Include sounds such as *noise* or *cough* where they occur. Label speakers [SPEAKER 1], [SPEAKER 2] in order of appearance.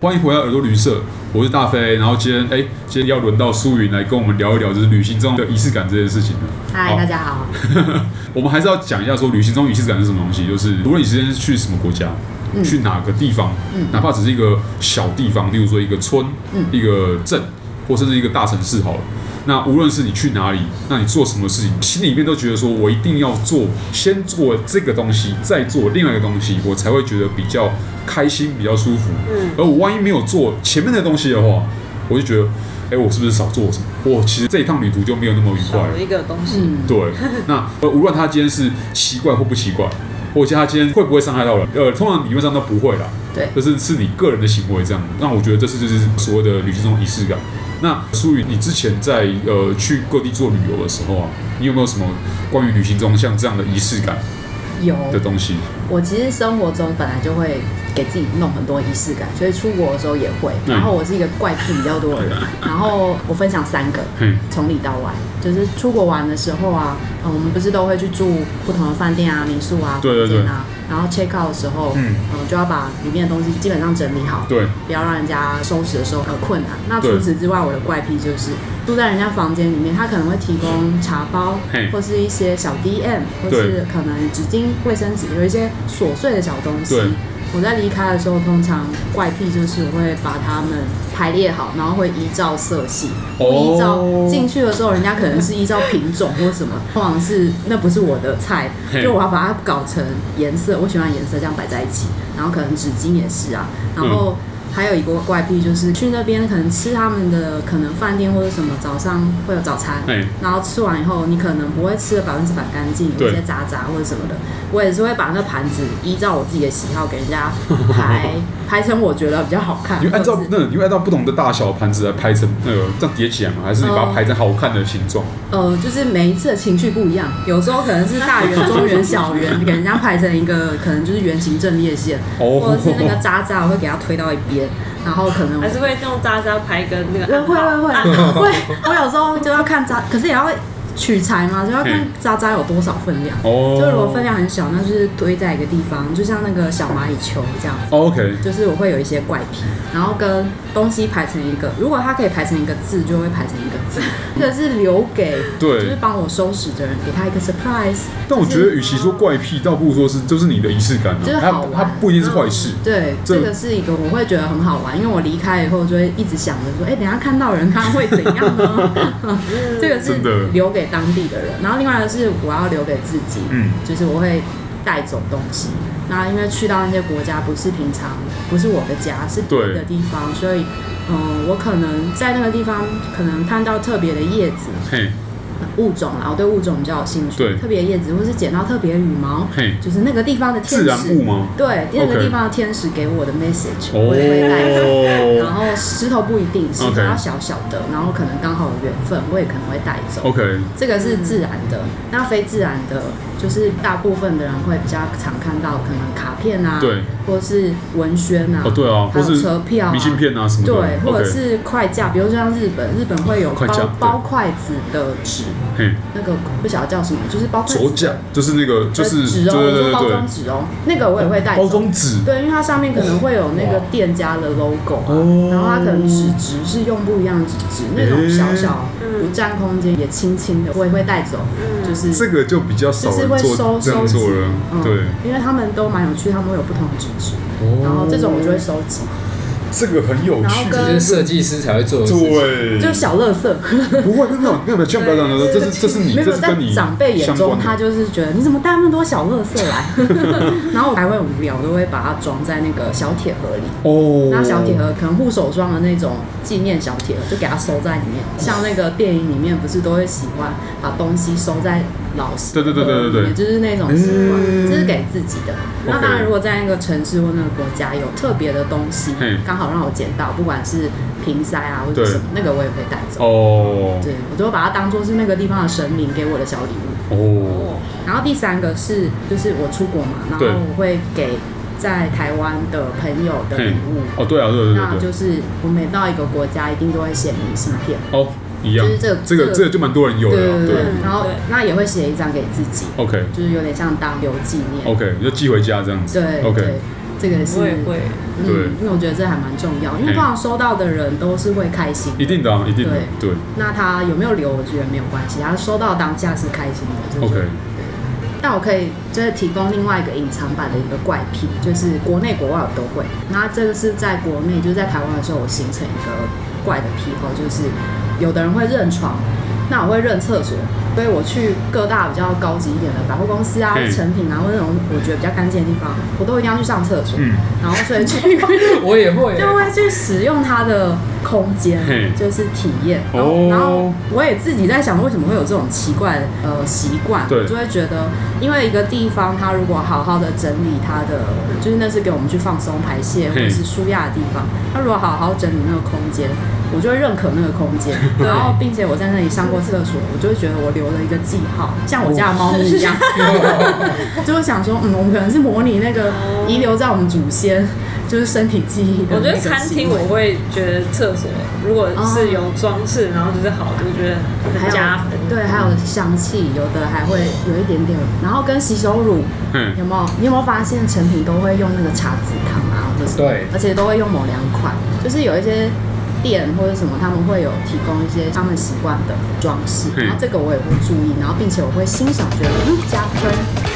[SPEAKER 1] 欢迎回到耳朵旅社，我是大飞。然后今天，哎，今天要轮到苏云来跟我们聊一聊，就是旅行中的仪式感这件事情了。啊
[SPEAKER 2] 嗨，
[SPEAKER 1] 好
[SPEAKER 2] 大家好。
[SPEAKER 1] 我们还是要讲一下说，旅行中仪式感是什么东西。就是无论你今天是去什么国家，去哪个地方，哪怕只是一个小地方，例如说一个村、一个镇，或甚至一个大城市好了。那无论是你去哪里，那你做什么事情，心里面都觉得说我一定要做，先做这个东西，再做另外一个东西，我才会觉得比较开心，比较舒服。而我万一没有做前面的东西的话，我就觉得，哎、我是不是少做什么？我其实这一趟旅途就没有那么愉快
[SPEAKER 3] 少
[SPEAKER 1] 了
[SPEAKER 3] 了。一个东西。
[SPEAKER 2] 嗯，
[SPEAKER 1] 对，那呃无论他今天是奇怪或不奇怪，或者他今天会不会伤害到人，呃，通常理论上都不会啦。
[SPEAKER 2] 对
[SPEAKER 1] 就是是你个人的行为这样。那我觉得这是就是所谓的旅行中仪式感。那苏宇，你之前在呃去各地做旅游的时候啊，你有没有什么关于旅行中像这样的仪式感
[SPEAKER 2] 有。
[SPEAKER 1] 的东西？
[SPEAKER 2] 我其实生活中本来就会给自己弄很多仪式感，所以出国的时候也会。
[SPEAKER 1] 嗯
[SPEAKER 2] 然后我是一个怪癖比较多
[SPEAKER 1] *laughs*
[SPEAKER 2] 的人，然后我分享三个
[SPEAKER 1] 嘿，
[SPEAKER 2] 从里到外，就是出国玩的时候啊，呃我们不是都会去住不同的饭店啊、民宿啊、
[SPEAKER 1] 对对对
[SPEAKER 2] 酒店啊。然后 check out 的时候，
[SPEAKER 1] 嗯
[SPEAKER 2] 嗯、就要把里面的东西基本上整理好，
[SPEAKER 1] 对，
[SPEAKER 2] 不要让人家收拾的时候很困难。那
[SPEAKER 1] 对
[SPEAKER 2] 除此之外，我的怪癖就是住在人家房间里面，他可能会提供茶包
[SPEAKER 1] 嘿，
[SPEAKER 2] 或是一些小 DM，或
[SPEAKER 1] 对
[SPEAKER 2] 是可能纸巾、卫生纸，有一些琐碎的小东西
[SPEAKER 1] 对。
[SPEAKER 2] 我在离开的时候，通常怪癖就是我会把它们排列好，然后会依照色系，不依照
[SPEAKER 1] 哦
[SPEAKER 2] 进去的时候，人家可能是依照品种或什么，通常是那不是我的菜，
[SPEAKER 1] 嘿
[SPEAKER 2] 就我要把它搞成颜色，我喜欢颜色这样摆在一起，然后可能纸巾也是啊，然后
[SPEAKER 1] 嗯
[SPEAKER 2] 还有一个怪癖就是去那边可能吃他们的可能饭店或者什么早上会有早餐，
[SPEAKER 1] 嘿
[SPEAKER 2] 然后吃完以后你可能不会吃的百分之百干净，有
[SPEAKER 1] 对
[SPEAKER 2] 一些渣渣或者什么的，我也是会把那盘子依照我自己的喜好给人家
[SPEAKER 1] *laughs*
[SPEAKER 2] 排排成我觉得比较好看，
[SPEAKER 1] 你会按照
[SPEAKER 2] 或者是
[SPEAKER 1] 那，你会按照不同的大小盘子来拍成那个这样叠起来吗？还是你把它
[SPEAKER 2] 哦
[SPEAKER 1] 排成好看的形状？
[SPEAKER 2] 呃，就是每一次的情绪不一样，有时候可能是大圆、中圆、小圆，给人家排成一个可能就是圆形阵列线，
[SPEAKER 1] 哦
[SPEAKER 2] 或者是那个渣渣，我会给它推到一边，然后可能
[SPEAKER 3] 还是会用渣渣拍跟那个
[SPEAKER 2] 会
[SPEAKER 3] 暗号
[SPEAKER 2] 会会
[SPEAKER 3] 暗
[SPEAKER 2] 会会，我有时候就要看渣，可是也要取材嘛，就要看
[SPEAKER 1] 嗯
[SPEAKER 2] 渣渣有多少分量。
[SPEAKER 1] 哦
[SPEAKER 2] 就如果分量很小，那就是堆在一个地方，就像那个小蚂蚁球这样子。
[SPEAKER 1] 哦 OK，
[SPEAKER 2] 就是我会有一些怪癖，然后跟东西排成一个，如果它可以排成一个字，就会排成一个字。这个是留给
[SPEAKER 1] 对
[SPEAKER 2] 就是帮我收拾的人，给他一个 surprise。
[SPEAKER 1] 但我觉得，与其说怪癖，倒不如说是就是你的仪式感啊
[SPEAKER 2] 就是，
[SPEAKER 1] 它
[SPEAKER 2] 好玩
[SPEAKER 1] 它不一定是坏事。
[SPEAKER 2] 对，
[SPEAKER 1] 这
[SPEAKER 2] 这个是一个我会觉得很好玩，因为我离开以后就会一直想着说，哎、等一下看到人他会怎样
[SPEAKER 1] *laughs*
[SPEAKER 2] 呢？这个是
[SPEAKER 1] 真的
[SPEAKER 2] 留给当地的人，然后另外一个是我要留给自己，
[SPEAKER 1] 嗯
[SPEAKER 2] 就是我会带走东西。那因为去到那些国家不是平常，不是我的家，是别
[SPEAKER 1] 对
[SPEAKER 2] 的地方，所以，嗯、我可能在那个地方可能看到特别的叶子、
[SPEAKER 1] 嘿，
[SPEAKER 2] 物种啦，我对物种比较有兴趣，
[SPEAKER 1] 对
[SPEAKER 2] 特别的叶子，或是捡到特别的羽毛，
[SPEAKER 1] 嘿
[SPEAKER 2] 就是那个地方的天
[SPEAKER 1] 自
[SPEAKER 2] 使，
[SPEAKER 1] 然物吗？哦
[SPEAKER 2] 对，那个
[SPEAKER 1] OK
[SPEAKER 2] 地方的天使给我的 message，、我也会带走。然
[SPEAKER 1] 哦
[SPEAKER 2] 后石头不一定，石头
[SPEAKER 1] OK
[SPEAKER 2] 要小小的，然后可能刚好有缘分，我也可能会带走。
[SPEAKER 1] ，OK，
[SPEAKER 2] 这个是自然的，那非自然的，就是大部分的人会比较常看到，可能卡片啊，
[SPEAKER 1] 对，
[SPEAKER 2] 或是文宣啊，
[SPEAKER 1] 哦对啊，
[SPEAKER 2] 还
[SPEAKER 1] 或
[SPEAKER 2] 有
[SPEAKER 1] 是
[SPEAKER 2] 车票、啊、
[SPEAKER 1] 明信片啊什么的，
[SPEAKER 2] 对，或者
[SPEAKER 1] OK，
[SPEAKER 2] 是快价，比如说像日本，日本会有
[SPEAKER 1] 快
[SPEAKER 2] 包
[SPEAKER 1] 价
[SPEAKER 2] 包
[SPEAKER 1] 对
[SPEAKER 2] 筷子的纸，
[SPEAKER 1] 嘿，
[SPEAKER 2] 那个不晓得叫什么，就是包筷
[SPEAKER 1] 手
[SPEAKER 2] 子
[SPEAKER 1] 甲就是那个就是
[SPEAKER 2] 纸哦，
[SPEAKER 1] 对
[SPEAKER 2] 我
[SPEAKER 1] 对
[SPEAKER 2] 说包
[SPEAKER 1] 对
[SPEAKER 2] 装纸哦，那个我也会
[SPEAKER 1] 对，
[SPEAKER 2] 带走。
[SPEAKER 1] 包装纸，
[SPEAKER 2] 对，因为它上面可能会有那个店家的 logo 啊，
[SPEAKER 1] 哦
[SPEAKER 2] 然后它可能纸质是用不一样的纸质，那种小小
[SPEAKER 3] 嗯
[SPEAKER 2] 不占空间也轻轻的，我也会带走，就是
[SPEAKER 1] 这个就比较少
[SPEAKER 2] 就是
[SPEAKER 1] 人
[SPEAKER 2] 会
[SPEAKER 1] 做
[SPEAKER 2] 收
[SPEAKER 1] 这样
[SPEAKER 2] 收
[SPEAKER 1] 做
[SPEAKER 2] 集嗯
[SPEAKER 1] 了，，对。，哦
[SPEAKER 2] 因为他们都蛮有趣，他们会有不同的纸质，然后这种我就会收集，
[SPEAKER 1] 这个很有
[SPEAKER 2] 然
[SPEAKER 1] 趣
[SPEAKER 2] 后，跟
[SPEAKER 4] 这是设计师才会做的事情。
[SPEAKER 1] 对，
[SPEAKER 2] 就是小乐色。
[SPEAKER 1] 不会，没有没有没有，千万不要这样说，这是这
[SPEAKER 2] *laughs*
[SPEAKER 1] 是你，
[SPEAKER 2] 没有
[SPEAKER 1] 这是
[SPEAKER 2] 在
[SPEAKER 1] 跟你
[SPEAKER 2] 长辈眼
[SPEAKER 1] 相
[SPEAKER 2] 中，
[SPEAKER 1] 关的
[SPEAKER 2] 他就是觉得你怎么带那么多小乐色来， *laughs* 然后我还会很无聊，我都会把它装在那个小铁盒里。
[SPEAKER 1] 哦，
[SPEAKER 2] 那小铁盒可能护手霜的那种纪念小铁盒，就给它收在里面。
[SPEAKER 1] 哦
[SPEAKER 2] 像那个电影里面不是都会喜欢把东西收在老师
[SPEAKER 1] 对对对对对嗯对
[SPEAKER 2] 就是那种习惯，
[SPEAKER 1] 嗯
[SPEAKER 2] 这是给自己的。那当然，如果在那个城市或那个国家有特别的东西
[SPEAKER 1] 嘿，
[SPEAKER 2] 刚好让我捡到，不管是瓶塞啊或者
[SPEAKER 1] 对
[SPEAKER 2] 什么，那个我也会带走。
[SPEAKER 1] 哦
[SPEAKER 2] 对，我就会把它当做是那个地方的神明给我的小礼物。
[SPEAKER 1] 哦，
[SPEAKER 3] 哦，
[SPEAKER 2] 然后第三个是，就是我出国嘛，然后
[SPEAKER 1] 对
[SPEAKER 2] 我会给在台湾的朋友的礼
[SPEAKER 1] 嘿
[SPEAKER 2] 物。，
[SPEAKER 1] 哦对啊，对对
[SPEAKER 2] 那
[SPEAKER 1] 对对
[SPEAKER 2] 就。是我每到一个国家，一定都会写明信片。
[SPEAKER 1] 哦，一样，
[SPEAKER 2] 就是这
[SPEAKER 1] 这个
[SPEAKER 2] 这
[SPEAKER 1] 这个就蛮多人有的啦，
[SPEAKER 2] 对
[SPEAKER 1] 对
[SPEAKER 2] 对，然后
[SPEAKER 3] 对
[SPEAKER 2] 那也会写一张给自己，
[SPEAKER 1] ，OK
[SPEAKER 2] 就是有点像当留纪念。
[SPEAKER 1] OK，就寄回家这样子
[SPEAKER 2] 对
[SPEAKER 1] ，OK，
[SPEAKER 2] 对，这个是
[SPEAKER 3] 哦我也会，
[SPEAKER 2] 嗯
[SPEAKER 1] 对
[SPEAKER 2] 因为我觉得这还蛮重要，因为
[SPEAKER 1] 嘿
[SPEAKER 2] 通常收到的人都是会开心的
[SPEAKER 1] 一定的、啊，一定的，对
[SPEAKER 2] 那他有没有留，我觉得没有关系，他收到当下是开心的。这就
[SPEAKER 1] o k
[SPEAKER 2] 那我可以就是提供另外一个隐藏版的一个怪癖，就是国内国外我都会。那这个是在国内，就是在台湾的时候，我形成一个怪的癖好，就是有的人会认床，那我会认厕所。所以我去各大比较高级一点的百货公司啊、或
[SPEAKER 1] 嗯
[SPEAKER 2] 成品啊，或者那种我觉得比较干净的地方，我都一定要去上厕所。
[SPEAKER 1] 嗯
[SPEAKER 2] 然后所以去
[SPEAKER 4] 我也会欸，
[SPEAKER 2] 就会去使用它的空间
[SPEAKER 1] 嘿，
[SPEAKER 2] 就是体验。然后
[SPEAKER 1] 哦
[SPEAKER 2] 然后我也自己在想，为什么会有这种奇怪的呃习惯？
[SPEAKER 1] 对
[SPEAKER 2] 就会觉得，因为一个地方它如果好好的整理它的，就是那是给我们去放松排泄或
[SPEAKER 1] 嘿
[SPEAKER 2] 者是舒压的地方，它如果好好整理那个空间。我就会认可那个空
[SPEAKER 1] *laughs*
[SPEAKER 2] 间，然后并且我在那里上过厕所，我就会觉得我留了一个记号，像我家的猫咪一样。
[SPEAKER 1] 哦
[SPEAKER 2] 就会想说，嗯，我们可能是模拟那个
[SPEAKER 3] 哦
[SPEAKER 2] 遗留在我们祖先就是身体记忆的
[SPEAKER 3] 我
[SPEAKER 2] 那
[SPEAKER 3] 觉
[SPEAKER 2] 个
[SPEAKER 3] 得餐
[SPEAKER 2] 行
[SPEAKER 3] 厅
[SPEAKER 2] 为
[SPEAKER 3] 我会觉得厕所如果是有装饰，然后就是好的，我觉得
[SPEAKER 2] 还
[SPEAKER 3] 很
[SPEAKER 2] 有
[SPEAKER 3] 加分。
[SPEAKER 2] 对，还有香气，有的还会有一点点，然后跟洗手乳
[SPEAKER 1] 嗯
[SPEAKER 2] 有没有？你有没有发现成品都会用那个茶籽糖啊，或者是
[SPEAKER 4] 对
[SPEAKER 2] 而且都会用某两款，就是有一些店或者什么，他们会有提供一些他们习惯的装饰，
[SPEAKER 1] 嗯
[SPEAKER 2] 然后这个我也会注意，然后并且我会欣赏，觉得嗯加分。